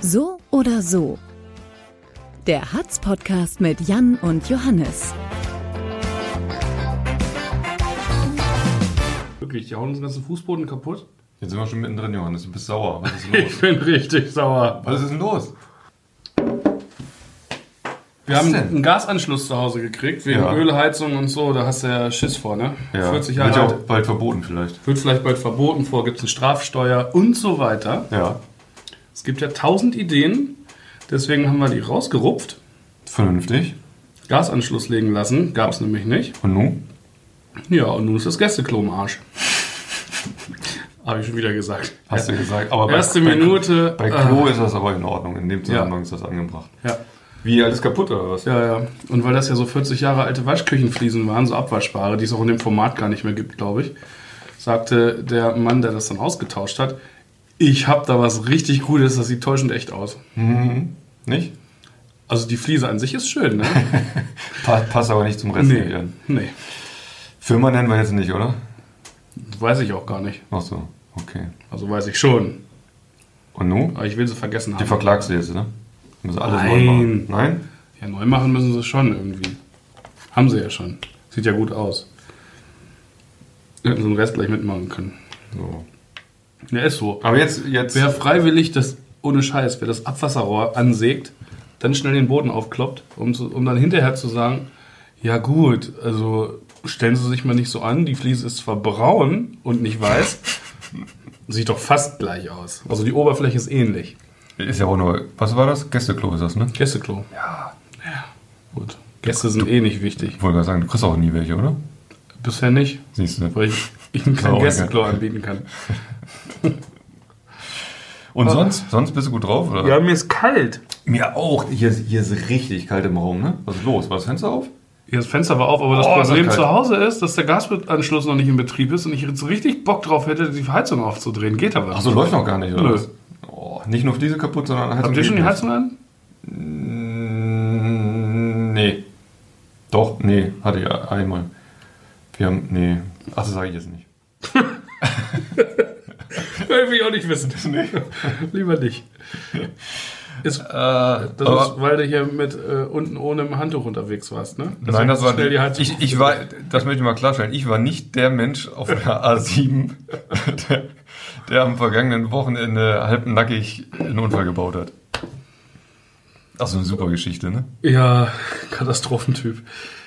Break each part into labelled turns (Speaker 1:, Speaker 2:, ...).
Speaker 1: So oder so. Der Hatz-Podcast mit Jan und Johannes.
Speaker 2: Wirklich, die hauen uns den ganzen Fußboden kaputt.
Speaker 3: Jetzt sind wir schon mittendrin, Johannes. Du bist sauer. Was ist denn los?
Speaker 2: bin richtig sauer.
Speaker 3: Was ist denn los?
Speaker 2: Wir
Speaker 3: Was
Speaker 2: haben
Speaker 3: denn?
Speaker 2: einen Gasanschluss zu Hause gekriegt, wegen
Speaker 3: Ja.
Speaker 2: Ölheizung und so. Da hast du ja Schiss vor, ne? 40
Speaker 3: Wird
Speaker 2: Jahre
Speaker 3: ja
Speaker 2: alt.
Speaker 3: auch bald verboten vielleicht.
Speaker 2: Wird vielleicht bald verboten, vor gibt es eine Strafsteuer und so weiter.
Speaker 3: Ja.
Speaker 2: Es gibt ja tausend Ideen. Deswegen haben wir die rausgerupft,
Speaker 3: Vernünftig.
Speaker 2: Gasanschluss legen lassen. Gab es nämlich nicht.
Speaker 3: Und nun?
Speaker 2: Ja, und nun ist das Gästeklo im Arsch. Habe ich schon wieder gesagt.
Speaker 3: Hast du gesagt. Aber bei-
Speaker 2: Erste
Speaker 3: bei,
Speaker 2: Minute,
Speaker 3: Bei
Speaker 2: äh.
Speaker 3: Klo ist das aber in Ordnung. In dem Zusammenhang ist das angebracht.
Speaker 2: Ja.
Speaker 3: Wie, alles kaputt oder was?
Speaker 2: Ja, ja. Und weil das ja so 40 Jahre alte Waschküchenfliesen waren, so abwaschbare, die es auch in dem Format gar nicht mehr gibt, glaube ich, sagte der Mann, der das dann ausgetauscht hat, ich habe da was richtig Gutes, das sieht täuschend echt aus.
Speaker 3: Nicht?
Speaker 2: Also die Fliese an sich ist schön, ne?
Speaker 3: Pa passt aber nicht zum Rest. nicht
Speaker 2: nee,
Speaker 3: an.
Speaker 2: nee,
Speaker 3: Firma nennen wir jetzt nicht, oder?
Speaker 2: weiß ich auch gar nicht.
Speaker 3: Ach so. Okay.
Speaker 2: Also weiß ich schon,
Speaker 3: Und nun?
Speaker 2: aber ich will sie vergessen
Speaker 3: Die
Speaker 2: haben.
Speaker 3: verklagst du jetzt, ne? oder? Müssen alle
Speaker 2: Nein.
Speaker 3: neu machen. Nein?
Speaker 2: Ja, neu machen müssen sie schon irgendwie. Haben sie ja schon. Sieht ja gut aus. Hätten sie den Rest gleich mitmachen können.
Speaker 3: So.
Speaker 2: Ja, ist so.
Speaker 3: Aber jetzt, jetzt.
Speaker 2: Wer freiwillig das, ohne Scheiß, wer das Abwasserrohr ansägt, dann schnell den Boden aufkloppt, um, zu, um dann hinterher zu sagen, ja gut, also stellen Sie sich mal nicht so an, die Fliese ist zwar braun und nicht weiß, sieht doch fast gleich aus. Also die Oberfläche ist ähnlich.
Speaker 3: Ist ja auch nur. Was war das? Gästeklo ist das, ne?
Speaker 2: Gästeklo. Ja. Ja, gut. Gäste sind eh nicht wichtig.
Speaker 3: Ich wollte gerade sagen, du kriegst auch nie welche, oder?
Speaker 2: Bisher nicht,
Speaker 3: Siehst du.
Speaker 2: weil ich Ihnen kein
Speaker 3: Trauriger.
Speaker 2: Gästeklo anbieten kann.
Speaker 3: Und sonst? Sonst bist du gut drauf, oder?
Speaker 2: mir ist kalt.
Speaker 3: Mir auch. Hier, ist- hier ist richtig kalt im Raum, ne? Was ist los? War das Fenster auf?
Speaker 2: Ja, das Fenster war auf, aber das
Speaker 3: Oh, ist das
Speaker 2: Problem
Speaker 3: kalt.
Speaker 2: zu Hause ist, dass der Gasanschluss noch nicht in Betrieb ist und ich jetzt richtig Bock drauf hätte, die Heizung aufzudrehen. Geht aber.
Speaker 3: Achso, läuft noch gar nicht, oder
Speaker 2: Nö.
Speaker 3: was? Oh, nicht nur auf diese kaputt, sondern Heizung.
Speaker 2: Habt ihr schon die
Speaker 3: geht
Speaker 2: Heizung an?
Speaker 3: nicht. Nee. Doch, nee, hatte ich einmal. Wir haben, nee. Ach, das sage ich jetzt nicht.
Speaker 2: Will ich auch nicht wissen. Lieber nicht. Ist, Äh, das ist, weil du hier mit äh, unten ohne im Handtuch unterwegs warst, ne?
Speaker 3: Nein, das war,
Speaker 2: schnell die Heizung.
Speaker 3: ich, ich war, das möchte ich mal klarstellen, ich war nicht der Mensch auf der A7, der, der am vergangenen Wochenende halbnackig einen Unfall gebaut hat. Ach, so eine super Geschichte, ne?
Speaker 2: ja, Katastrophentyp.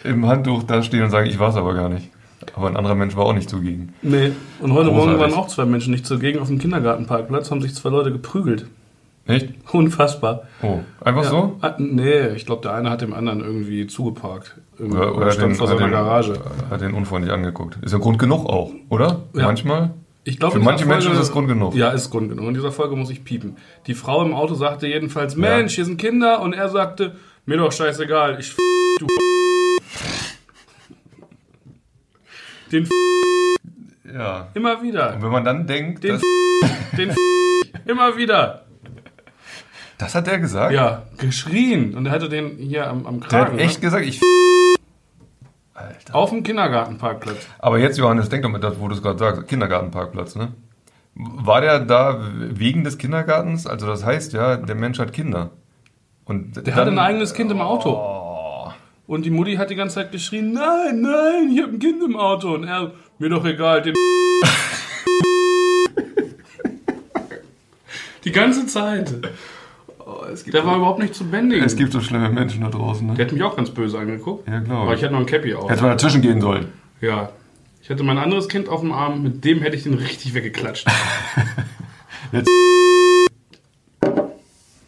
Speaker 3: Im Handtuch da stehen und sagen, ich war es aber gar nicht. Aber ein anderer Mensch war auch nicht zugegen.
Speaker 2: Nee. Und heute Morgen
Speaker 3: Großartig.
Speaker 2: waren auch zwei Menschen nicht zugegen auf dem Kindergartenparkplatz, haben sich zwei Leute geprügelt.
Speaker 3: Echt?
Speaker 2: Unfassbar.
Speaker 3: Oh, einfach
Speaker 2: Ja.
Speaker 3: so?
Speaker 2: Ah, nee, ich glaube, der eine hat dem anderen irgendwie zugeparkt. Irgendwie
Speaker 3: Oder, oder
Speaker 2: stand
Speaker 3: den,
Speaker 2: vor seiner
Speaker 3: den,
Speaker 2: Garage.
Speaker 3: hat den unfreundlich angeguckt. Ist ja Grund genug auch, oder?
Speaker 2: Ja.
Speaker 3: Manchmal?
Speaker 2: Ich glaub,
Speaker 3: Für
Speaker 2: in dieser
Speaker 3: manche Menschen ist das Grund genug.
Speaker 2: Ja, ist Grund genug. In dieser Folge muss ich piepen. Die Frau im Auto sagte jedenfalls, Mensch, hier sind Kinder. Und er sagte, mir doch scheißegal, ich f***, du Den f***
Speaker 3: Ja.
Speaker 2: immer wieder.
Speaker 3: Und wenn man dann denkt,
Speaker 2: Den
Speaker 3: das,
Speaker 2: Den f*** immer wieder.
Speaker 3: das hat der gesagt?
Speaker 2: Ja, geschrien. Und er hatte den hier am, am
Speaker 3: Der hat
Speaker 2: Kragen.
Speaker 3: echt
Speaker 2: ne?
Speaker 3: gesagt, ich
Speaker 2: Auf dem Kindergartenparkplatz.
Speaker 3: Aber jetzt, Johannes, denk doch mal, das, wo du es gerade sagst, Kindergartenparkplatz, ne? War der da wegen des Kindergartens? Also das heißt ja, der Mensch hat Kinder. Und
Speaker 2: Der hatte ein eigenes Kind im Auto.
Speaker 3: Oh.
Speaker 2: Und die Mutti hat die ganze Zeit geschrien, nein, nein, ich habe ein Kind im Auto. Und er, mir doch egal, den Die ganze Zeit.
Speaker 3: Oh,
Speaker 2: Der war überhaupt nicht zu bändigen.
Speaker 3: Es gibt so schlimme Menschen da draußen, ne?
Speaker 2: der hat mich auch ganz böse angeguckt.
Speaker 3: Ja, glaub ich. Also-
Speaker 2: Aber ich hatte noch ein Cappy auf.
Speaker 3: Hätte man dazwischen gehen sollen.
Speaker 2: Ja. Ich hatte mein anderes Kind auf dem Arm, mit dem hätte ich den richtig weggeklatscht.
Speaker 3: Jetzt-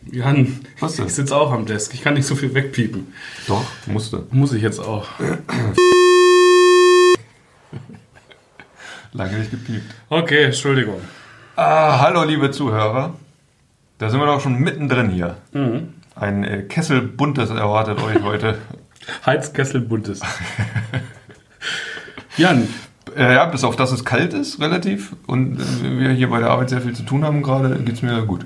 Speaker 2: Jan,
Speaker 3: Was denn?
Speaker 2: ich sitze auch am Desk. Ich kann nicht so viel wegpiepen.
Speaker 3: Doch, musste.
Speaker 2: Muss ich jetzt auch.
Speaker 3: Lange nicht gepiept.
Speaker 2: Okay, Entschuldigung.
Speaker 3: Ah, hallo liebe Zuhörer. Da sind wir doch schon mittendrin hier.
Speaker 2: Mhm.
Speaker 3: Ein äh, Kessel buntes erwartet euch heute.
Speaker 2: Heizkessel buntes. Jan,
Speaker 3: äh, ja, bis auf dass es kalt ist, relativ. Und äh, wir hier bei der Arbeit sehr viel zu tun haben gerade, geht's mir gut.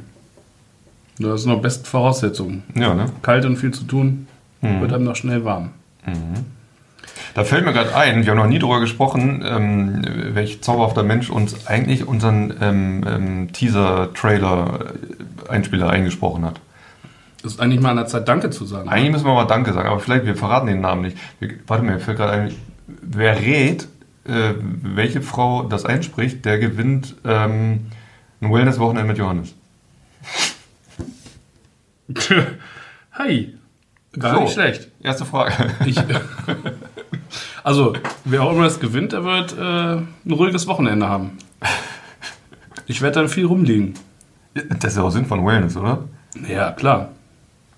Speaker 2: das ist noch beste Voraussetzung.
Speaker 3: Ja, ne?
Speaker 2: Hm. Kalt und viel zu tun, wird einem noch schnell warm.
Speaker 3: Da fällt mir gerade ein, wir haben noch nie darüber gesprochen, ähm, welch zauberhafter Mensch uns eigentlich unseren ähm, ähm, Teaser-Trailer-Einspieler eingesprochen hat.
Speaker 2: Das ist eigentlich mal an der Zeit, Danke zu sagen.
Speaker 3: Eigentlich müssen wir mal Danke sagen, aber vielleicht, wir verraten den Namen nicht. Wir, warte mal, mir fällt gerade ein, wer rät, äh, welche Frau das einspricht, der gewinnt ähm, ein Wellness-Wochenende mit Johannes.
Speaker 2: Hi. Gar nicht schlecht.
Speaker 3: Erste Frage.
Speaker 2: Ich, also, wer auch immer das gewinnt, der wird äh, ein ruhiges Wochenende haben. Ich werde dann viel rumliegen.
Speaker 3: Das ist ja auch Sinn von Wellness, oder?
Speaker 2: Ja, klar.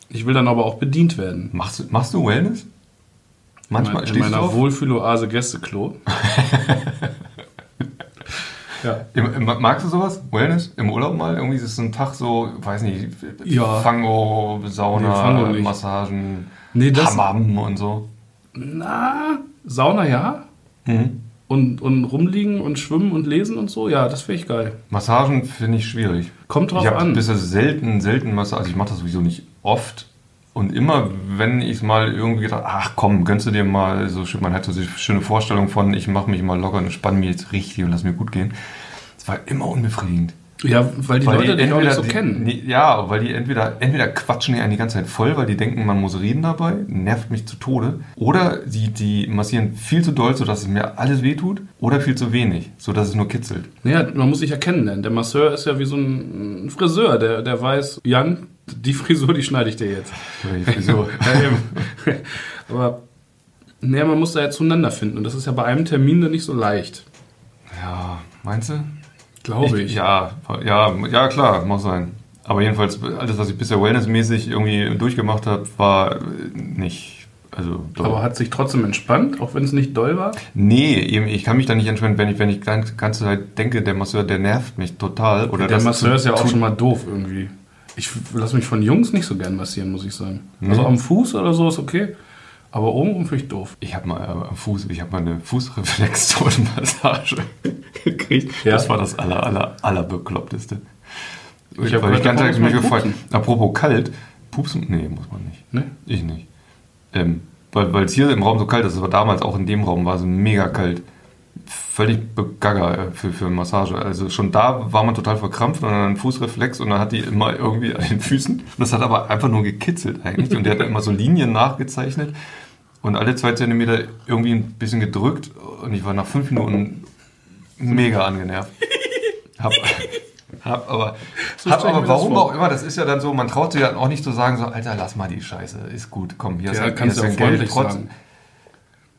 Speaker 2: Ich will dann aber auch bedient werden.
Speaker 3: Machst, du- machst du Wellness? Manchmal
Speaker 2: in
Speaker 3: stehst du
Speaker 2: meiner
Speaker 3: auf.
Speaker 2: Wohlfühloase Gästeklo. ja.
Speaker 3: Im, im, magst du sowas? Wellness? Im Urlaub mal? Irgendwie ist es ein Tag so, weiß nicht,
Speaker 2: Ja.
Speaker 3: Fango, Sauna,
Speaker 2: Nee, Fango nicht.
Speaker 3: Massagen,
Speaker 2: Nee, das-
Speaker 3: Hammam und so.
Speaker 2: Na, Sauna ja.
Speaker 3: Mhm.
Speaker 2: Und, und rumliegen und schwimmen und lesen und so, ja, das finde ich geil.
Speaker 3: Massagen finde ich schwierig.
Speaker 2: Kommt drauf
Speaker 3: ich hab
Speaker 2: an.
Speaker 3: bisher selten, selten Massagen. Also ich mache das sowieso nicht oft. Und immer, wenn ich mal irgendwie gedacht, ach komm, gönnst du dir mal so schön, man hat so diese schöne Vorstellung von, ich mache mich mal locker und spann mich jetzt richtig und lass mir gut gehen. Es war immer unbefriedigend.
Speaker 2: Ja, weil die Leute dich auch nicht so
Speaker 3: die,
Speaker 2: kennen.
Speaker 3: nee, Ja, weil die entweder, entweder quatschen die einen die ganze Zeit voll, weil die denken, man muss reden dabei, nervt mich zu Tode. Oder die, die massieren viel zu doll, sodass es mir alles wehtut. Oder viel zu wenig, sodass es nur kitzelt.
Speaker 2: Naja, man muss sich ja kennenlernen. Der Masseur ist ja wie so ein Friseur, der, der weiß, Jan, die Frisur, die schneide ich dir jetzt.
Speaker 3: Oder die Frisur.
Speaker 2: Ja, eben. Aber naja, man muss da ja zueinander finden. Und das ist ja bei einem Termin dann nicht so leicht.
Speaker 3: Ja, meinst du?
Speaker 2: Glaube ich.
Speaker 3: Ja, ja, ja, klar, muss sein. Aber jedenfalls, alles, was ich bisher wellnessmäßig irgendwie durchgemacht habe, war äh, nicht. Also, doll.
Speaker 2: Aber hat sich trotzdem entspannt, auch wenn es nicht doll war.
Speaker 3: nee, eben, ich kann mich da nicht entspannen, wenn ich, wenn ich die ganze- ganze Zeit denke, der Masseur, der nervt mich total. Oder
Speaker 2: der
Speaker 3: das
Speaker 2: Masseur ist ja auch
Speaker 3: tut-
Speaker 2: schon mal doof irgendwie. Ich lasse mich von Jungs nicht so gern massieren, muss ich sagen.
Speaker 3: Mhm.
Speaker 2: Also am Fuß oder so ist okay. Aber oben finde ich doof.
Speaker 3: Ich habe mal äh, am Fuß, ich habe mal eine Fußreflexzonenmassage gekriegt.
Speaker 2: Ja.
Speaker 3: Das war das aller, aller, aller bekloppteste.
Speaker 2: Ich
Speaker 3: Ich
Speaker 2: hab
Speaker 3: habe mich
Speaker 2: gehört,
Speaker 3: ganz
Speaker 2: davon
Speaker 3: ehrlich
Speaker 2: muss
Speaker 3: mich
Speaker 2: man
Speaker 3: gefragt.
Speaker 2: pupsen.
Speaker 3: Apropos kalt, pupsen? Nee, muss man nicht.
Speaker 2: Ne?
Speaker 3: Ich nicht. Ähm, weil weil es hier im Raum so kalt ist, aber damals auch in dem Raum war es mega kalt. Völlig begagger äh, für, für Massage. Also schon da war man total verkrampft und dann Fußreflex und dann hat die immer irgendwie an den Füßen. Und das hat aber einfach nur gekitzelt eigentlich. Und der hat da immer so Linien nachgezeichnet und alle zwei Zentimeter irgendwie ein bisschen gedrückt. Und ich war nach fünf Minuten mega angenervt. Hab, hab aber,
Speaker 2: stell
Speaker 3: hab
Speaker 2: ich mir
Speaker 3: aber
Speaker 2: das
Speaker 3: warum
Speaker 2: vor.
Speaker 3: auch immer, das ist ja dann so, man traut sich dann auch nicht zu sagen, so, Alter, lass mal die Scheiße, ist gut, komm, hier
Speaker 2: Ja,
Speaker 3: ist,
Speaker 2: kannst du
Speaker 3: hier
Speaker 2: auch
Speaker 3: ist dein
Speaker 2: freundlich
Speaker 3: Geld. Trotz,
Speaker 2: sagen.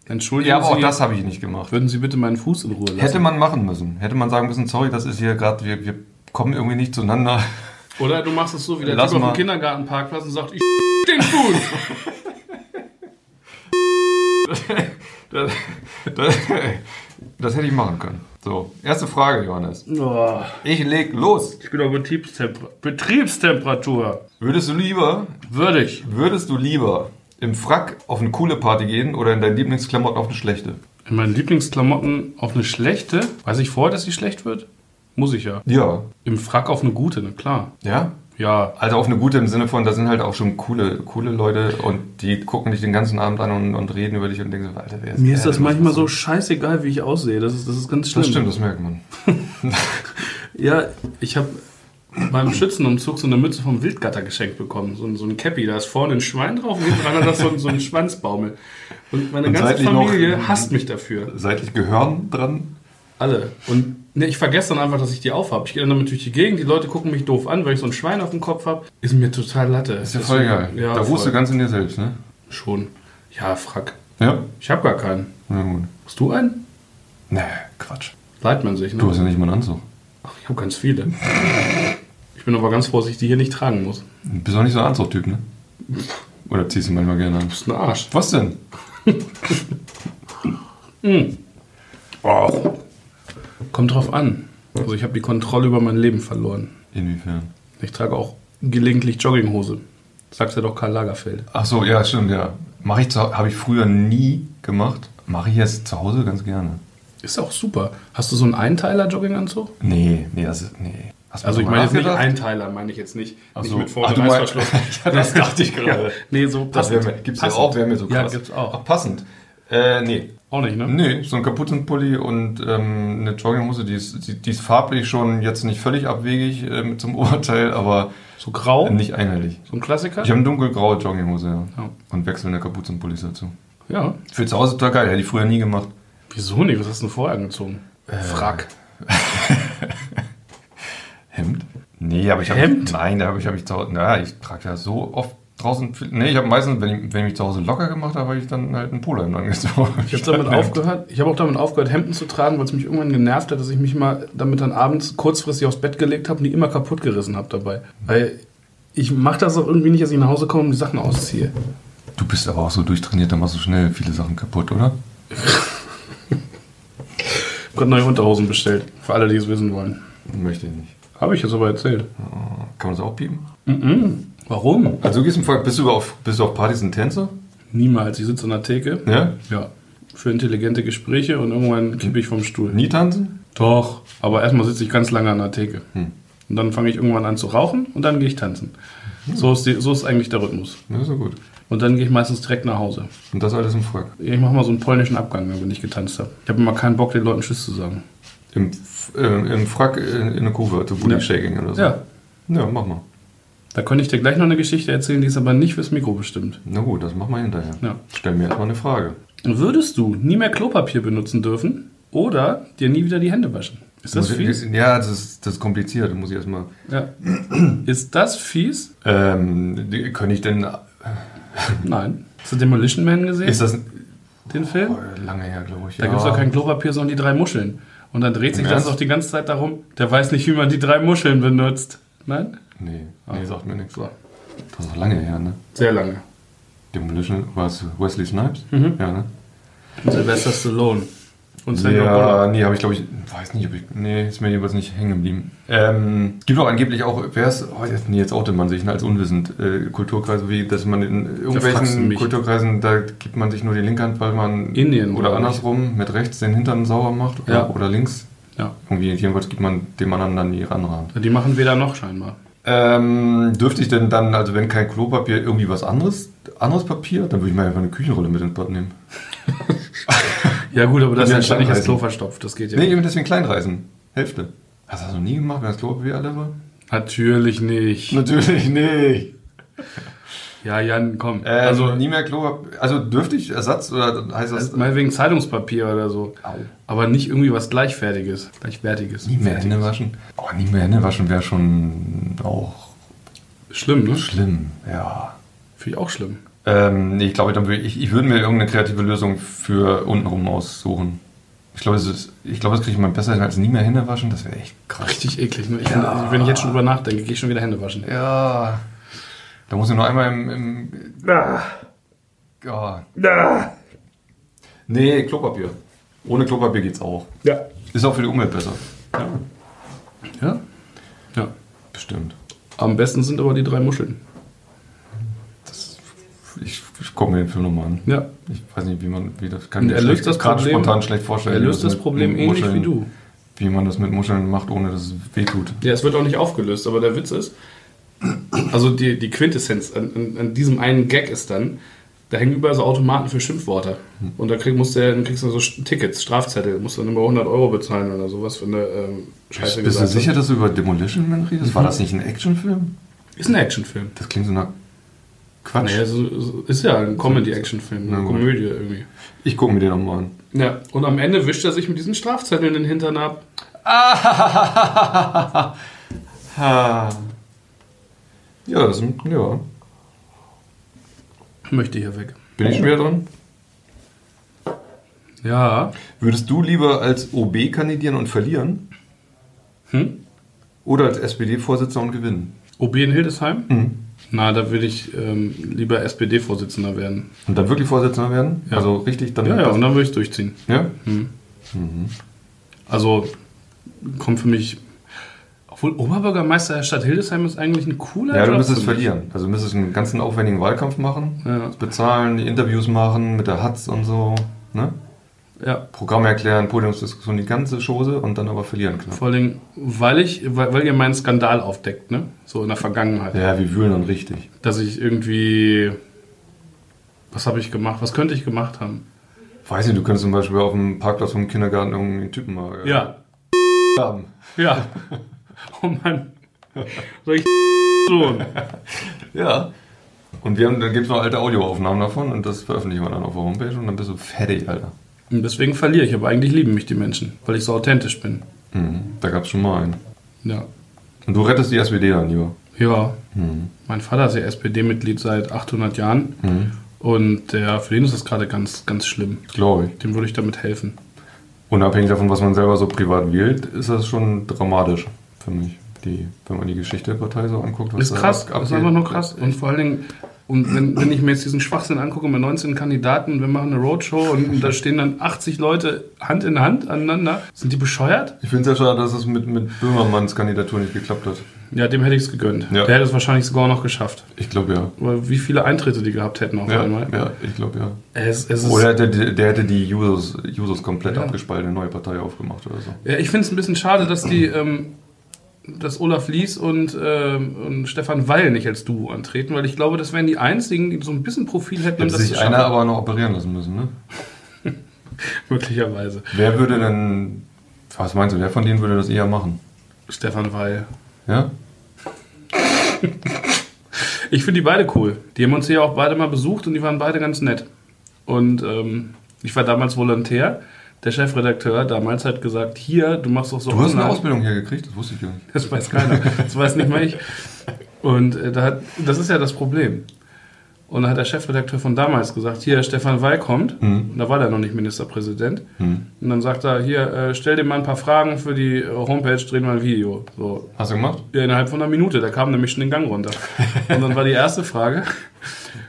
Speaker 2: Entschuldigen
Speaker 3: ja, aber auch
Speaker 2: Sie,
Speaker 3: das habe ich nicht gemacht.
Speaker 2: würden Sie bitte meinen Fuß in Ruhe lassen.
Speaker 3: Hätte man machen müssen. Hätte man sagen müssen, sorry, das ist hier gerade, wir, wir kommen irgendwie nicht zueinander.
Speaker 2: Oder du machst es so wie der
Speaker 3: Lass
Speaker 2: Typ auf
Speaker 3: mal.
Speaker 2: dem Kindergartenparkplatz und sagt, ich den Fuß.
Speaker 3: Das, das, das hätte ich machen können. So, erste Frage, Johannes.
Speaker 2: Boah,
Speaker 3: Ich leg los.
Speaker 2: ich bin auf Betriebstemper Betriebstemperatur.
Speaker 3: Würdest du lieber,
Speaker 2: Würdig.
Speaker 3: würdest du lieber im Frack auf eine coole Party gehen oder in deinen Lieblingsklamotten auf eine schlechte?
Speaker 2: In meinen Lieblingsklamotten auf eine schlechte. Weiß ich vorher, dass sie schlecht wird? Muss ich ja.
Speaker 3: Ja.
Speaker 2: Im Frack auf eine gute, na klar.
Speaker 3: Ja?
Speaker 2: Ja.
Speaker 3: Also auf eine gute im Sinne von, da sind halt auch schon coole, coole Leute und die gucken dich den ganzen Abend an und, und reden über dich und denken so, Alter, wer ist
Speaker 2: Mir ist
Speaker 3: der
Speaker 2: das
Speaker 3: denn?
Speaker 2: manchmal so scheißegal, wie ich aussehe. Das ist, das ist ganz schlimm.
Speaker 3: Das stimmt, das merkt man.
Speaker 2: Ja, ich habe beim Schützenumzug so eine Mütze vom Wildgatter geschenkt bekommen. So, ein- so ein Cappy, da ist vorne ein Schwein drauf und hinten dran hat das so, ein- so ein Schwanzbaumel. Und meine
Speaker 3: Und
Speaker 2: ganze
Speaker 3: seitlich noch-
Speaker 2: Familie hasst mich dafür.
Speaker 3: Seitlich Gehörn dran.
Speaker 2: Alle. Und ne, ich vergesse dann einfach, dass ich die aufhab. Ich gehe dann damit durch die Gegend, die Leute gucken mich doof an, weil ich so ein Schwein auf dem Kopf habe. Ist mir total Latte.
Speaker 3: Ist ja voll geil.
Speaker 2: Ja,
Speaker 3: da ruhst
Speaker 2: voll.
Speaker 3: du ganz in dir selbst, ne?
Speaker 2: Schon. Ja, frack.
Speaker 3: Ja.
Speaker 2: Ich habe gar keinen.
Speaker 3: Na gut.
Speaker 2: Hast du einen?
Speaker 3: Nee, Quatsch.
Speaker 2: Leid man sich, ne?
Speaker 3: Du hast ja nicht mal einen Anzug.
Speaker 2: Ach, ich habe ganz viele. Ich bin aber ganz froh, dass ich die hier nicht tragen muss.
Speaker 3: Du bist auch nicht so ein Anzugtyp, ne? Oder ziehst du manchmal gerne an?
Speaker 2: Das ist ein Arsch.
Speaker 3: Was denn?
Speaker 2: Oh. Kommt drauf an. Also ich habe die Kontrolle über mein Leben verloren.
Speaker 3: Inwiefern?
Speaker 2: Ich trage auch gelegentlich Jogginghose. Sagst ja doch Karl Lagerfeld.
Speaker 3: Ach so, ja, stimmt, ja. Mache ich habe ich früher nie gemacht. Mache ich jetzt zu Hause ganz gerne.
Speaker 2: Ist auch super. Hast du so einen Einteiler-Jogginganzug?
Speaker 3: Nee, nee, das ist, nee. Hast du
Speaker 2: Also ich
Speaker 3: mal
Speaker 2: meine jetzt nicht
Speaker 3: nachgedacht?
Speaker 2: Einteiler, meine ich jetzt nicht.
Speaker 3: Ach
Speaker 2: nicht
Speaker 3: so.
Speaker 2: mit vorne
Speaker 3: Ach, du meinst-
Speaker 2: Reißverschluss.
Speaker 3: Ja, das dachte ich gerade.
Speaker 2: Nee, so
Speaker 3: Das
Speaker 2: passend.
Speaker 3: wär mir, gibt's ja
Speaker 2: Passend.
Speaker 3: auch, wäre mir so
Speaker 2: Ja,
Speaker 3: krass.
Speaker 2: gibt's auch.
Speaker 3: Ach, passend. Äh, nee.
Speaker 2: Auch nicht, ne?
Speaker 3: Nee, so ein Kapuzenpulli und ähm, eine Jogginghose, die ist, die, die ist farblich schon jetzt nicht völlig abwegig äh, mit zum Oberteil, aber
Speaker 2: So grau,
Speaker 3: nicht einheitlich.
Speaker 2: so ein Klassiker.
Speaker 3: Ich habe eine dunkelgraue Jogginghose, ja.
Speaker 2: Ja.
Speaker 3: Und wechselnde Kapuzenpullis dazu.
Speaker 2: Ja.
Speaker 3: Für zu Hause total geil, hätte ich früher nie gemacht.
Speaker 2: Wieso nicht? Was hast du denn vorher angezogen?
Speaker 3: Äh.
Speaker 2: Frack.
Speaker 3: Hemd? Nee, aber ich habe.
Speaker 2: Hemd?
Speaker 3: Nein, da habe ich, hab ich zu Hause. Na, ich trage ja so oft draußen. viel- Nee, ich habe meistens, wenn ich, wenn ich mich zu Hause locker gemacht habe, habe ich dann halt ein Polohemd angezogen.
Speaker 2: Ich habe damit aufgehört, ich habe auch damit aufgehört, Hemden zu tragen, weil es mich irgendwann genervt hat, dass ich mich mal damit dann abends kurzfristig aufs Bett gelegt habe und die immer kaputt gerissen habe dabei. Weil ich mache das auch irgendwie nicht, dass ich nach Hause komme und die Sachen ausziehe.
Speaker 3: Du bist aber auch so durchtrainiert, dann machst du schnell viele Sachen kaputt, oder?
Speaker 2: Ich habe neue Unterhosen bestellt, für alle, die es wissen wollen.
Speaker 3: Möchte ich nicht.
Speaker 2: Habe ich jetzt aber erzählt.
Speaker 3: Kann man das auch piepen?
Speaker 2: Hm? Warum?
Speaker 3: Also du gehst im Fall, bist du auf, bist du auf Partys ein Tänzer?
Speaker 2: Niemals. Ich sitze an der Theke.
Speaker 3: Ja?
Speaker 2: Ja. Für intelligente Gespräche und irgendwann kippe ich vom Stuhl.
Speaker 3: Nie tanzen?
Speaker 2: Doch, aber erstmal sitze ich ganz lange an der Theke. Und dann fange ich irgendwann an zu rauchen und dann gehe ich tanzen. So, ist die, so ist eigentlich der Rhythmus.
Speaker 3: Ja, ist ja gut.
Speaker 2: Und dann gehe ich meistens direkt nach Hause.
Speaker 3: Und das alles im Frack.
Speaker 2: Ich mache mal so einen polnischen Abgang, wenn ich getanzt habe. Ich habe immer keinen Bock, den Leuten Tschüss zu sagen.
Speaker 3: Im, F- ähm, im Frack in, in eine Kurve, zu Booty
Speaker 2: Ja.
Speaker 3: Shaking oder so.
Speaker 2: Ja,
Speaker 3: Ja, mach mal.
Speaker 2: Also, da könnte ich dir gleich noch eine Geschichte erzählen, die ist aber nicht fürs Mikro bestimmt.
Speaker 3: Na gut, das machen wir hinterher.
Speaker 2: Ja.
Speaker 3: Stell mir erstmal eine Frage.
Speaker 2: Würdest du nie mehr Klopapier benutzen dürfen oder dir nie wieder die Hände waschen? Ist das
Speaker 3: Muss ich-
Speaker 2: fies?
Speaker 3: Ja, das ist, das ist kompliziert. Da muss ich erstmal.
Speaker 2: Ja. Ist das fies?
Speaker 3: Ähm, die- könnte ich denn.
Speaker 2: Nein. Hast du Demolition Man gesehen?
Speaker 3: Ist das.
Speaker 2: den Film?
Speaker 3: Oh, lange her, glaube ich.
Speaker 2: Da gibt es doch kein Klopapier, sondern die drei Muscheln. Und dann dreht sich
Speaker 3: Im
Speaker 2: das
Speaker 3: Ernst?
Speaker 2: auch die ganze Zeit darum, der weiß nicht, wie man die drei Muscheln benutzt. Nein?
Speaker 3: Nee,
Speaker 2: Ah.
Speaker 3: nee, sagt mir nichts.
Speaker 2: So.
Speaker 3: Das ist doch lange her, ne?
Speaker 2: Sehr lange.
Speaker 3: Demolition war es Wesley Snipes?
Speaker 2: Mhm.
Speaker 3: Ja, ne?
Speaker 2: Sylvester Stallone. Und Sandra
Speaker 3: Ja,
Speaker 2: Bullock.
Speaker 3: nee, habe ich glaube ich, weiß nicht, ob ich, nee, ist mir jedenfalls nicht hängen geblieben. Ähm, gibt doch angeblich auch, wer ist, oh, jetzt, nee, jetzt outet man sich ne, als unwissend, äh, Kulturkreise, wie, dass man in
Speaker 2: fragst du
Speaker 3: irgendwelchen
Speaker 2: mich.
Speaker 3: Kulturkreisen, da gibt man sich nur die linke Hand, weil man,
Speaker 2: Indien,
Speaker 3: oder
Speaker 2: oder nicht?
Speaker 3: andersrum, mit rechts den Hintern sauber macht, oder,
Speaker 2: Ja.
Speaker 3: oder links,
Speaker 2: Ja.
Speaker 3: irgendwie, jedenfalls gibt man dem anderen dann die andere Hand.
Speaker 2: Die machen weder noch scheinbar.
Speaker 3: Ähm, dürfte ich denn dann, also wenn kein Klopapier, irgendwie was anderes, anderes Papier, dann würde ich mir einfach eine Küchenrolle mit ins Bad nehmen.
Speaker 2: Ja gut, aber das
Speaker 3: Ja,
Speaker 2: ist ja nicht das
Speaker 3: Scheinreisen.
Speaker 2: Klo verstopft. Das geht ja
Speaker 3: Nee,
Speaker 2: nicht.
Speaker 3: eben deswegen kleinreißen. Hälfte. Hast du das noch nie gemacht, wenn das Klopapier alle war?
Speaker 2: Natürlich nicht.
Speaker 3: Natürlich nicht.
Speaker 2: Ja, Jan, komm.
Speaker 3: Äh, also
Speaker 2: also,
Speaker 3: nie mehr Klopapier. Also dürfte ich Ersatz oder heißt das
Speaker 2: meinetwegen Zeitungspapier oder so.
Speaker 3: Au.
Speaker 2: Aber nicht irgendwie was Gleichfertiges. Gleichwertiges.
Speaker 3: nie mehr Hände waschen? Oh, nie mehr Hände waschen wäre schon auch
Speaker 2: Schlimm, ne?
Speaker 3: schlimm. Ja.
Speaker 2: Finde ich auch schlimm.
Speaker 3: Ähm, nee, ich glaube, dann würde ich, ich würde mir irgendeine kreative Lösung für untenrum aussuchen. Ich glaube, das, ist- ich glaube, das kriege ich mal besser hin als nie mehr Hände waschen. Das wäre echt krass.
Speaker 2: Richtig eklig. Ne? Ich find, wenn ich jetzt schon drüber nachdenke, gehe ich schon wieder Hände waschen.
Speaker 3: Ja. Da muss ich nur einmal im. im ah. Nee, Klopapier. Ohne Klopapier geht's auch.
Speaker 2: Ja.
Speaker 3: Ist auch für die Umwelt besser.
Speaker 2: Ja. Ja? Ja.
Speaker 3: Bestimmt.
Speaker 2: Am besten sind aber die drei Muscheln.
Speaker 3: Das, ich ich gucke mir den Film nochmal an.
Speaker 2: Ja.
Speaker 3: Ich weiß nicht, wie man wie das kann.
Speaker 2: Und
Speaker 3: ich mir
Speaker 2: er löst
Speaker 3: schlecht-
Speaker 2: das
Speaker 3: gerade
Speaker 2: Problem-
Speaker 3: spontan schlecht vorstellen.
Speaker 2: Er
Speaker 3: wie
Speaker 2: löst das
Speaker 3: mit
Speaker 2: Problem ähnlich
Speaker 3: Muscheln-
Speaker 2: wie du.
Speaker 3: Wie man das mit Muscheln macht, ohne dass es wehtut.
Speaker 2: Ja, es wird auch nicht aufgelöst, aber der Witz ist, also die, die Quintessenz an, an, an diesem einen Gag ist dann, da hängen überall so Automaten für Schimpfworte. Und da krieg, musst du, ja- dann kriegst du so Sch- Tickets, Strafzettel, musst dann immer 100 Euro bezahlen oder sowas für eine ähm, Scheiße
Speaker 3: Bist du
Speaker 2: gesagt ne?
Speaker 3: sicher, dass du über Demolition Man redest? War das nicht ein Actionfilm?
Speaker 2: hast. Ist ein Actionfilm.
Speaker 3: Das klingt so nach Quatsch.
Speaker 2: Naja, so, so, ist ja ein Comedy-Actionfilm,
Speaker 3: Na
Speaker 2: eine
Speaker 3: gut.
Speaker 2: Komödie irgendwie.
Speaker 3: Ich gucke mir den nochmal an.
Speaker 2: Ja, und am Ende wischt er sich mit diesen Strafzetteln den Hintern ab.
Speaker 3: Ah. Ja, das ist, ja.
Speaker 2: Möchte hier weg.
Speaker 3: Bin ich schwer dran?
Speaker 2: Ja.
Speaker 3: Würdest du lieber als OB kandidieren und verlieren
Speaker 2: Hm?
Speaker 3: oder als SPD-Vorsitzender und gewinnen?
Speaker 2: OB in Hildesheim?
Speaker 3: Hm.
Speaker 2: Na, da würde ich ähm, lieber SPD-Vorsitzender werden.
Speaker 3: Und dann wirklich Vorsitzender werden?
Speaker 2: Ja.
Speaker 3: Also richtig dann.
Speaker 2: Ja, ja, und dann würde ich es durchziehen.
Speaker 3: ja?
Speaker 2: Also kommt für mich. Obwohl Oberbürgermeister der Stadt Hildesheim ist eigentlich ein cooler
Speaker 3: ja du
Speaker 2: Job
Speaker 3: müsstest
Speaker 2: für mich.
Speaker 3: verlieren. Also du müsstest einen ganzen aufwendigen Wahlkampf machen,
Speaker 2: Ja.
Speaker 3: das bezahlen, die Interviews machen mit der Hatz und so, ne?
Speaker 2: Ja,
Speaker 3: Programm erklären, Podiumsdiskussion, die ganze Chose und dann aber verlieren, klar.
Speaker 2: vor allem, weil, ich, weil, weil ihr meinen Skandal aufdeckt, ne? So in der Vergangenheit.
Speaker 3: Ja, wir wühlen dann richtig.
Speaker 2: Dass ich irgendwie. Was habe ich gemacht? Was könnte ich gemacht haben?
Speaker 3: Weiß nicht, du könntest zum Beispiel auf dem Parkplatz vom Kindergarten irgendeinen Typen mal äh,
Speaker 2: Ja,
Speaker 3: haben.
Speaker 2: ja. Oh Mann. Soll ich Sohn?
Speaker 3: Ja. Und wir haben, dann gibt es noch alte Audioaufnahmen davon und das veröffentlichen wir dann auf der Homepage und dann bist du fertig, Alter.
Speaker 2: Und deswegen verliere ich, aber eigentlich lieben mich die Menschen, weil ich so authentisch bin.
Speaker 3: Mhm. Da gab es schon mal einen.
Speaker 2: Ja.
Speaker 3: Und du rettest die SPD dann lieber.
Speaker 2: Ja,
Speaker 3: Mhm.
Speaker 2: mein Vater ist ja SPD-Mitglied seit 800 Jahren und der, für den ist das gerade ganz, ganz schlimm.
Speaker 3: Glaube ich.
Speaker 2: Dem würde ich damit helfen.
Speaker 3: Unabhängig davon, was man selber so privat wählt, ist das schon dramatisch für mich. Die, wenn man die Geschichte der Partei so anguckt. Was
Speaker 2: Ist
Speaker 3: da
Speaker 2: krass,
Speaker 3: abgeht.
Speaker 2: ist einfach nur krass. Und vor allen Dingen, und wenn, wenn ich mir jetzt diesen Schwachsinn angucke mit 19 Kandidaten, wir machen eine Roadshow und da stehen dann 80 Leute Hand in Hand aneinander. Sind die bescheuert?
Speaker 3: Ich finde es ja schade, dass es mit, mit Böhmermanns Kandidatur nicht geklappt hat.
Speaker 2: Ja, dem hätte ich es gegönnt.
Speaker 3: Ja.
Speaker 2: Der hätte es wahrscheinlich sogar noch geschafft.
Speaker 3: Ich glaube ja.
Speaker 2: Weil wie viele Eintritte die gehabt hätten auf
Speaker 3: Ja,
Speaker 2: einmal.
Speaker 3: ja, ich glaube ja.
Speaker 2: Es, es ist,
Speaker 3: Oder hätte, die- der hätte die Jusos, Jusos komplett
Speaker 2: Ja.
Speaker 3: abgespalten, eine neue Partei aufgemacht oder so.
Speaker 2: ja, ich finde es ein bisschen schade, dass die, ähm, dass Olaf Lies und, ähm, und Stefan Weil nicht als Duo antreten, weil ich glaube, das wären die einzigen, die so ein bisschen Profil hätten, um
Speaker 3: Hätte
Speaker 2: das zu
Speaker 3: sich
Speaker 2: schaffen.
Speaker 3: einer aber noch operieren lassen müssen, ne?
Speaker 2: Möglicherweise.
Speaker 3: Wer würde denn, was meinst du, wer von denen würde das eher machen?
Speaker 2: Stefan Weil.
Speaker 3: Ja?
Speaker 2: Ich finde die beide cool. Die haben uns hier auch beide mal besucht und die waren beide ganz nett. Und ähm, ich war damals Volontär. Der Chefredakteur damals hat gesagt, hier, du machst doch so
Speaker 3: Du hast eine
Speaker 2: online-
Speaker 3: Ausbildung hier gekriegt, das wusste ich ja nicht.
Speaker 2: Das weiß keiner. Das weiß nicht mal ich. Und äh, da hat, das ist ja das Problem. Und da hat der Chefredakteur von damals gesagt, hier, Stefan Weil kommt. Und da war der noch nicht Ministerpräsident. Und dann sagt er, hier, äh, stell dir mal ein paar Fragen für die äh, Homepage, drehen wir ein Video. So,
Speaker 3: Hast du gemacht?
Speaker 2: ja, innerhalb von einer Minute, da kam nämlich schon den Gang runter. Und dann war die erste Frage,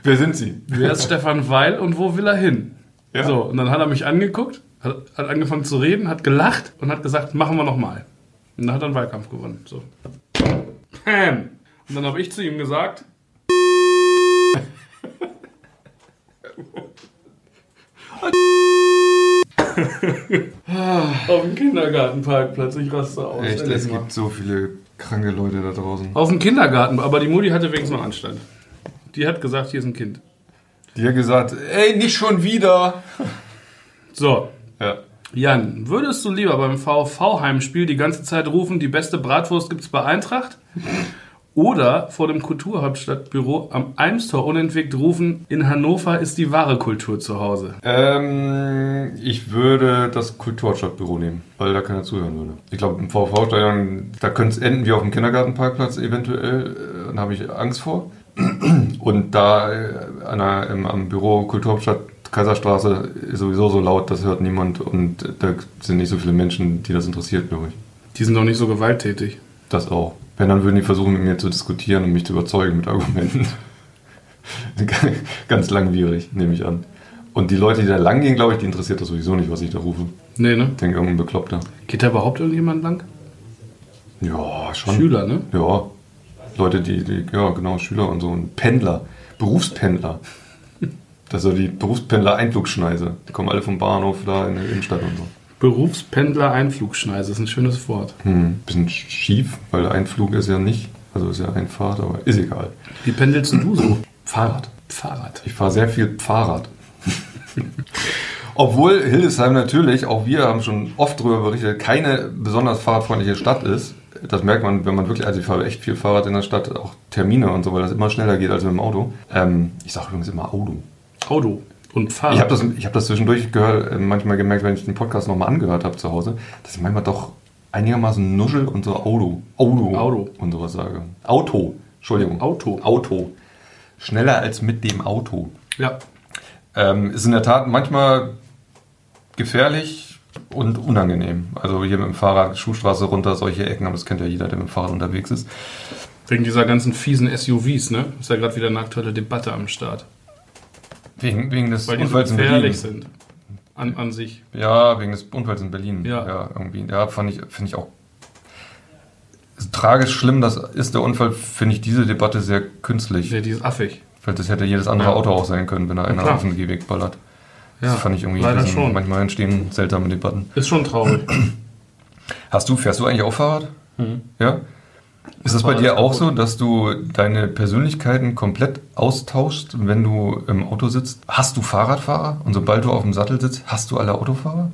Speaker 3: Wer sind sie?
Speaker 2: Wer ist Stefan Weil und wo will er hin?
Speaker 3: Ja.
Speaker 2: So, und dann hat er mich angeguckt, hat, hat angefangen zu reden, hat gelacht und hat gesagt, machen wir nochmal. Und dann hat er einen Wahlkampf gewonnen. So. Bam. Und dann habe ich zu ihm gesagt, auf dem Kindergartenparkplatz, ich raste aus.
Speaker 3: Echt,
Speaker 2: ehrlich
Speaker 3: es
Speaker 2: mal.
Speaker 3: gibt so viele kranke Leute da draußen.
Speaker 2: auf dem Kindergarten, aber die Mutti hatte wenigstens noch Anstand. Die hat gesagt, hier ist ein Kind.
Speaker 3: Die hat gesagt, ey, nicht schon wieder.
Speaker 2: So,
Speaker 3: Ja.
Speaker 2: Jan, würdest du lieber beim VV-Heimspiel die ganze Zeit rufen, die beste Bratwurst gibt's bei Eintracht? Oder vor dem Kulturhauptstadtbüro am Almstor unentwegt rufen, in Hannover ist die wahre Kultur zu Hause?
Speaker 3: Ähm, ich würde das Kulturstadtbüro nehmen, weil da keiner zuhören würde. Ich glaube, im VV-Stadion, da könnte es enden wie auf dem Kindergartenparkplatz eventuell. äh, Da habe ich Angst vor. Und da äh, an der, im, am Büro Kulturhauptstadt Kaiserstraße ist sowieso so laut, das hört niemand und da sind nicht so viele Menschen, die das interessiert, glaube ich.
Speaker 2: Die sind doch nicht so gewalttätig.
Speaker 3: Das auch. Wenn, dann würden die versuchen, mit mir zu diskutieren und mich zu überzeugen mit Argumenten. Ganz langwierig, nehme ich an. Und die Leute, die da lang gehen, glaube ich, die interessiert das sowieso nicht, was ich da rufe.
Speaker 2: Nee, ne?
Speaker 3: Ich denke, irgendein Bekloppter.
Speaker 2: Geht da überhaupt irgendjemand lang?
Speaker 3: Ja, schon.
Speaker 2: Schüler, ne?
Speaker 3: Ja. Leute, die, die, ja, genau, Schüler und so. Und Pendler. Berufspendler. Das ist so die Berufspendler-Einflugschneise. Die kommen alle vom Bahnhof da in die Innenstadt und so.
Speaker 2: Berufspendler Einflugschneise ist ein schönes Wort.
Speaker 3: Hm, bisschen schief, weil Einflug ist ja nicht. Also ist ja Einfahrt, aber ist egal.
Speaker 2: Wie pendelst du so?
Speaker 3: Fahrrad.
Speaker 2: Fahrrad.
Speaker 3: Ich fahre sehr viel Fahrrad. Obwohl Hildesheim natürlich, auch wir haben schon oft darüber berichtet, keine besonders fahrradfreundliche Stadt ist. Das merkt man, wenn man wirklich, also ich fahre echt viel Fahrrad in der Stadt, auch Termine und so, weil das immer schneller geht als mit dem Auto. Ähm, ich sage übrigens immer Auto.
Speaker 2: Auto und
Speaker 3: Ich habe
Speaker 2: Fahrrad.
Speaker 3: das, ich hab das zwischendurch gehört, äh, manchmal gemerkt, wenn ich den Podcast nochmal angehört habe zu Hause, dass ich manchmal doch einigermaßen nuschel und so Auto, Auto,
Speaker 2: Auto.
Speaker 3: und sowas sage. Auto, Entschuldigung.
Speaker 2: Auto.
Speaker 3: Auto. Schneller als mit dem Auto.
Speaker 2: Ja.
Speaker 3: Ähm, ist in der Tat manchmal gefährlich und unangenehm. Also hier mit dem Fahrrad, Schuhstraße runter, solche Ecken, aber das kennt ja jeder, der mit dem Fahrrad unterwegs ist.
Speaker 2: Wegen dieser ganzen fiesen SUVs, ne? Ist ja gerade wieder eine aktuelle Debatte am Start.
Speaker 3: Wegen, wegen des
Speaker 2: Weil die so
Speaker 3: Unfalls in
Speaker 2: gefährlich
Speaker 3: Berlin.
Speaker 2: sind. An, an sich.
Speaker 3: Ja, wegen des Unfalls in Berlin.
Speaker 2: Ja.
Speaker 3: irgendwie. Ja, fand ich, finde ich auch. Ist tragisch schlimm, das ist der Unfall, finde ich diese Debatte sehr künstlich.
Speaker 2: Ja, die ist affig.
Speaker 3: Weil das hätte jedes andere
Speaker 2: Ja.
Speaker 3: Auto auch sein können, wenn da einer
Speaker 2: klar.
Speaker 3: auf den Gehweg ballert.
Speaker 2: Ja,
Speaker 3: das fand ich irgendwie ein
Speaker 2: leider
Speaker 3: bisschen-
Speaker 2: schon.
Speaker 3: manchmal entstehen seltsame Debatten.
Speaker 2: Ist schon traurig.
Speaker 3: Hast du, fährst du eigentlich auch Fahrrad? Ja? Ist das bei
Speaker 2: war
Speaker 3: dir
Speaker 2: alles
Speaker 3: auch
Speaker 2: Mhm. kaputt.
Speaker 3: so, dass du deine Persönlichkeiten komplett austauschst, wenn du im Auto sitzt? Hast du Fahrradfahrer und sobald du auf dem Sattel sitzt, hast du alle Autofahrer?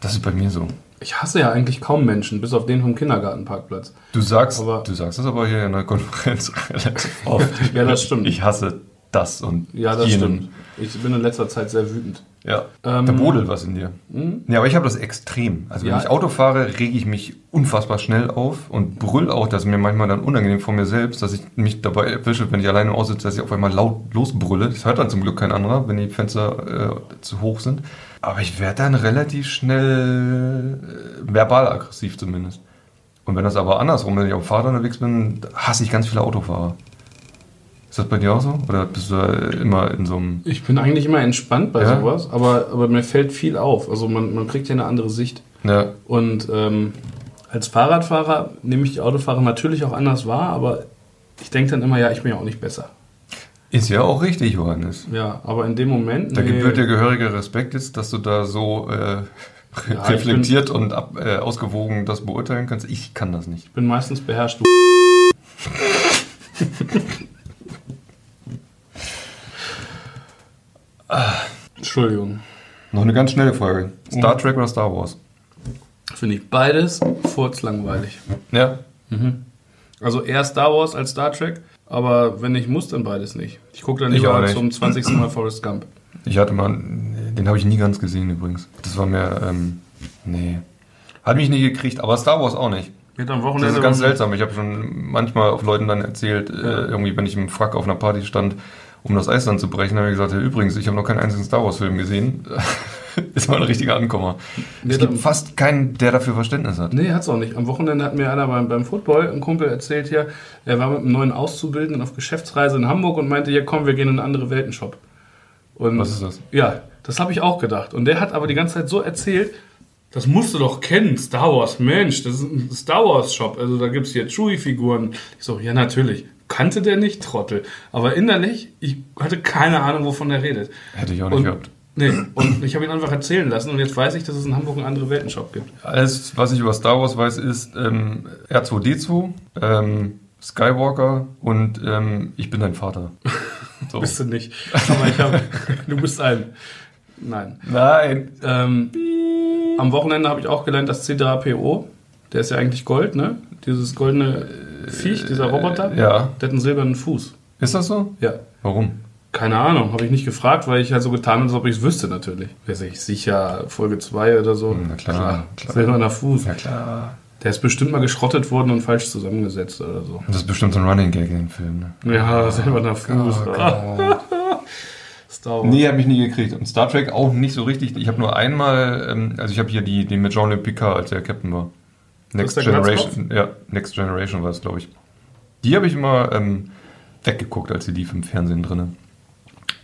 Speaker 3: Das ist bei mir so.
Speaker 2: Ich hasse ja eigentlich kaum Menschen, bis auf den vom Kindergartenparkplatz.
Speaker 3: Du sagst,
Speaker 2: Aber-
Speaker 3: du sagst das aber hier in der Konferenz relativ oft.
Speaker 2: Ja, das stimmt.
Speaker 3: Ich hasse das und
Speaker 2: Ja, das
Speaker 3: jenen.
Speaker 2: stimmt. Ich bin in letzter Zeit sehr wütend.
Speaker 3: Ja,
Speaker 2: Ähm, hm?
Speaker 3: da brodelt was in dir. Ja, aber ich habe das extrem. Also wenn
Speaker 2: Ja.
Speaker 3: ich Auto fahre, rege ich mich unfassbar schnell auf und brüll auch, dass mir manchmal dann unangenehm vor mir selbst, dass ich mich dabei erwische, wenn ich alleine aussitze, dass ich auf einmal laut losbrülle. Das hört dann zum Glück kein anderer, wenn die Fenster äh, zu hoch sind. Aber ich werde dann relativ schnell äh, verbal aggressiv zumindest. Und wenn das aber andersrum, wenn ich auf dem Fahrrad unterwegs bin, hasse ich ganz viele Autofahrer. Ist das bei dir auch so? Oder bist du da immer in so einem...
Speaker 2: Ich bin eigentlich immer entspannt bei
Speaker 3: Ja?
Speaker 2: sowas, aber, aber mir fällt viel auf. Also man, man kriegt ja eine andere Sicht.
Speaker 3: Ja,
Speaker 2: Und ähm, als Fahrradfahrer nehme ich die Autofahrer natürlich auch anders wahr, aber ich denke dann immer, ja, ich bin ja auch nicht besser.
Speaker 3: ist ja auch richtig, Johannes.
Speaker 2: Ja, aber in dem Moment.
Speaker 3: Da
Speaker 2: nee.
Speaker 3: gebührt dir gehöriger Respekt jetzt, dass du da so äh,
Speaker 2: Ja, ich
Speaker 3: reflektiert und ab, äh, ausgewogen das beurteilen kannst. Ich kann das nicht.
Speaker 2: Ich bin meistens beherrscht. Du. Entschuldigung.
Speaker 3: Noch eine ganz schnelle Frage. Star Trek oder Star Wars?
Speaker 2: Finde ich beides furzlangweilig.
Speaker 3: Ja.
Speaker 2: Also eher Star Wars als Star Trek, aber wenn ich muss, dann beides nicht. Ich gucke dann
Speaker 3: Ich auch
Speaker 2: lieber
Speaker 3: nicht.
Speaker 2: zum 20. Mal Forrest Gump.
Speaker 3: Ich hatte mal, den habe ich nie ganz gesehen übrigens. Das war mir, ähm, nee. Hat mich nie gekriegt, aber Star Wars auch nicht.
Speaker 2: Wird am
Speaker 3: Das
Speaker 2: Wochenende.
Speaker 3: ist ganz seltsam. Ich habe schon manchmal auf Leuten dann erzählt, äh, irgendwie, wenn ich im Frack auf einer Party stand, um das Eis dann zu brechen, habe ich gesagt, ja, übrigens, ich habe noch keinen einzigen Star Wars-Film gesehen. ist mal ein richtiger Ankommer.
Speaker 2: Nee,
Speaker 3: es gibt
Speaker 2: dann-
Speaker 3: fast keinen, der dafür Verständnis hat.
Speaker 2: Nee, hat's auch nicht. Am Wochenende hat mir einer beim, beim Football, ein Kumpel, erzählt hier, er war mit einem neuen Auszubildenden auf Geschäftsreise in Hamburg und meinte, hier komm, wir gehen in einen andere Weltenshop. Und
Speaker 3: Was ist das?
Speaker 2: Ja, das habe ich auch gedacht. Und der hat aber die ganze Zeit so erzählt, das musst du doch kennen, Star Wars, Mensch, das ist ein Star Wars Shop. Also da gibt's hier Chewie-Figuren. Ich so, ja natürlich. Kannte der nicht, Trottel. Aber innerlich, ich hatte keine Ahnung, wovon er redet.
Speaker 3: Hätte ich auch nicht
Speaker 2: Und,
Speaker 3: gehabt.
Speaker 2: nee, und ich habe ihn einfach erzählen lassen und jetzt weiß ich, dass es in Hamburg einen andere Weltenshop gibt.
Speaker 3: Alles, was ich über Star Wars weiß, ist ähm, R2D2, ähm, Skywalker und ähm, ich bin dein Vater. So.
Speaker 2: Bist du nicht. Aber ich habe. du bist ein. Nein.
Speaker 3: Nein.
Speaker 2: Ähm, am Wochenende habe ich auch gelernt, dass C3PO, der ist ja eigentlich Gold, ne? Dieses goldene Viech, dieser Roboter,
Speaker 3: Ja.
Speaker 2: der hat einen silbernen Fuß.
Speaker 3: Ist das so?
Speaker 2: Ja.
Speaker 3: Warum?
Speaker 2: Keine Ahnung, habe ich nicht gefragt, weil ich halt so getan habe, als ob ich es wüsste natürlich. Weiß ich, sicher, Folge 2 oder so.
Speaker 3: Hm, Na klar, klar.
Speaker 2: Silberner Fuß.
Speaker 3: klar.
Speaker 2: Der ist bestimmt mal geschrottet worden und falsch zusammengesetzt oder so.
Speaker 3: Das ist bestimmt so ein Running Gag in dem Film. Ne?
Speaker 2: Ja, silberner Fuß. Ah, Star Wars.
Speaker 3: Nee, habe mich nie gekriegt. Und Star Trek auch nicht so richtig. Ich habe nur einmal, ähm, also ich habe hier die, die mit Jean-Luc Picard, als er Captain war. Next
Speaker 2: der
Speaker 3: Generation, ja, Next Generation war es, glaube ich. Die habe ich immer ähm, weggeguckt, als sie lief im Fernsehen drinne.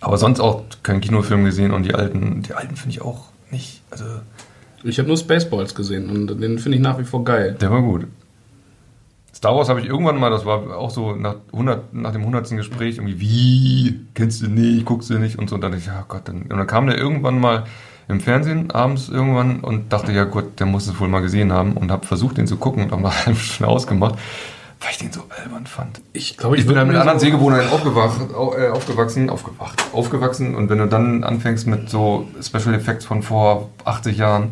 Speaker 3: Aber sonst auch keinen Kinofilm gesehen und die alten, die alten finde ich auch nicht. Also
Speaker 2: Ich habe nur Spaceballs gesehen und den finde ich nach wie vor geil.
Speaker 3: der war gut. Star Wars habe ich irgendwann mal, das war auch so nach, 100, nach dem 100. Gespräch, irgendwie, wie, kennst du nicht, guckst du nicht und so. Und dann dachte ich, ja oh Gott, dann, und dann kam der irgendwann mal im Fernsehen abends irgendwann und dachte, ja Gott, der muss es wohl mal gesehen haben und habe versucht, den zu gucken und habe nach einem Stunde ausgemacht, weil ich den so albern fand.
Speaker 2: Ich glaube,
Speaker 3: Ich bin dann mit anderen
Speaker 2: Segen.
Speaker 3: Sehgewohnheiten aufgewacht, au, äh, aufgewachsen, aufgewacht, aufgewachsen und wenn du dann anfängst mit so Special Effects von vor 80 Jahren,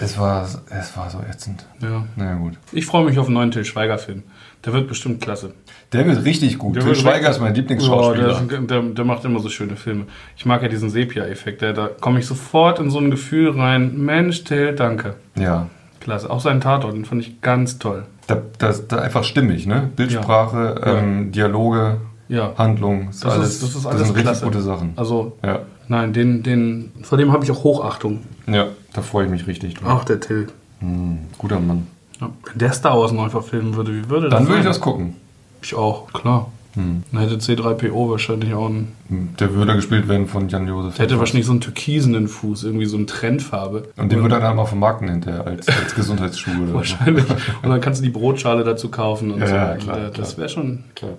Speaker 3: es war, es war so ätzend.
Speaker 2: Ja.
Speaker 3: Naja gut.
Speaker 2: Ich freue mich auf einen neuen Till Schweiger-Film. Der wird bestimmt klasse.
Speaker 3: Der wird richtig gut.
Speaker 2: Der
Speaker 3: Till
Speaker 2: wird
Speaker 3: Schweiger
Speaker 2: richtig-
Speaker 3: ist mein
Speaker 2: Ja,
Speaker 3: Lieblingsschauspieler.
Speaker 2: der, ist ein- der, der macht immer so schöne Filme. Ich mag ja diesen Sepia-Effekt. Da, da komme ich sofort in so ein Gefühl rein. Mensch, Till, danke.
Speaker 3: ja.
Speaker 2: Klasse. Auch seinen Tatort, den fand ich ganz toll.
Speaker 3: Da, das, da einfach stimmig, ne? Bildsprache,
Speaker 2: Ja.
Speaker 3: Ähm, Dialoge,
Speaker 2: Ja.
Speaker 3: Handlung, ist
Speaker 2: Das
Speaker 3: alles,
Speaker 2: ist- das ist
Speaker 3: sind
Speaker 2: alles
Speaker 3: richtig
Speaker 2: klasse.
Speaker 3: gute Sachen.
Speaker 2: Also,
Speaker 3: ja.
Speaker 2: nein, den, den, vor dem habe ich auch Hochachtung.
Speaker 3: ja, da freue ich mich richtig drüber.
Speaker 2: Auch der Till.
Speaker 3: Hm, guter Mann.
Speaker 2: Ja. Wenn der Star Wars neu verfilmen würde, wie würde das
Speaker 3: Dann würde ich
Speaker 2: sein?
Speaker 3: das gucken.
Speaker 2: Ich auch, klar. Dann hätte C3PO wahrscheinlich auch einen
Speaker 3: Der würde gespielt werden von Jan-Josef.
Speaker 2: Der hätte wahrscheinlich so einen türkisenen Fuß, irgendwie so eine Trendfarbe.
Speaker 3: Und den würde er dann mal vermarkten hinterher als, als Gesundheitsschule. oder so.
Speaker 2: Wahrscheinlich. Und dann kannst du die Brotschale dazu kaufen und
Speaker 3: Ja,
Speaker 2: so.
Speaker 3: ja,
Speaker 2: Und
Speaker 3: klar,
Speaker 2: der, das wäre schon
Speaker 3: Klar.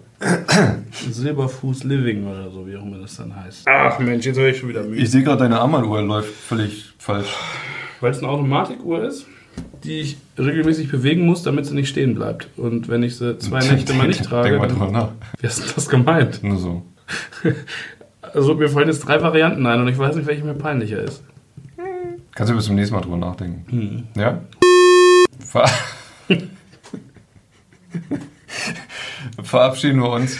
Speaker 2: Silberfuß Living oder so, wie auch immer das dann heißt. Ach Mensch, jetzt werde ich schon wieder müde.
Speaker 3: Ich sehe gerade, deine Armbanduhr läuft völlig falsch.
Speaker 2: Weil es eine Automatikuhr ist? die ich regelmäßig bewegen muss, damit sie nicht stehen bleibt. Und wenn ich sie zwei Nächte mal nicht trage,
Speaker 3: Denk mal
Speaker 2: dann-
Speaker 3: drüber nach.
Speaker 2: wie hast du das gemeint?
Speaker 3: Nur so.
Speaker 2: Also mir fallen jetzt drei Varianten ein und ich weiß nicht, welche mir peinlicher ist.
Speaker 3: Kannst du bis zum nächsten Mal drüber nachdenken. Ja? Ver Verabschieden wir uns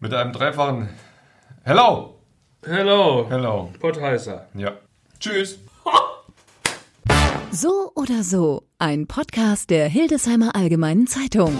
Speaker 3: mit einem dreifachen Hello!
Speaker 2: Hello,
Speaker 3: Hello.
Speaker 2: Pottheißer.
Speaker 3: Ja. Tschüss.
Speaker 1: So oder so, ein Podcast der Hildesheimer Allgemeinen Zeitung.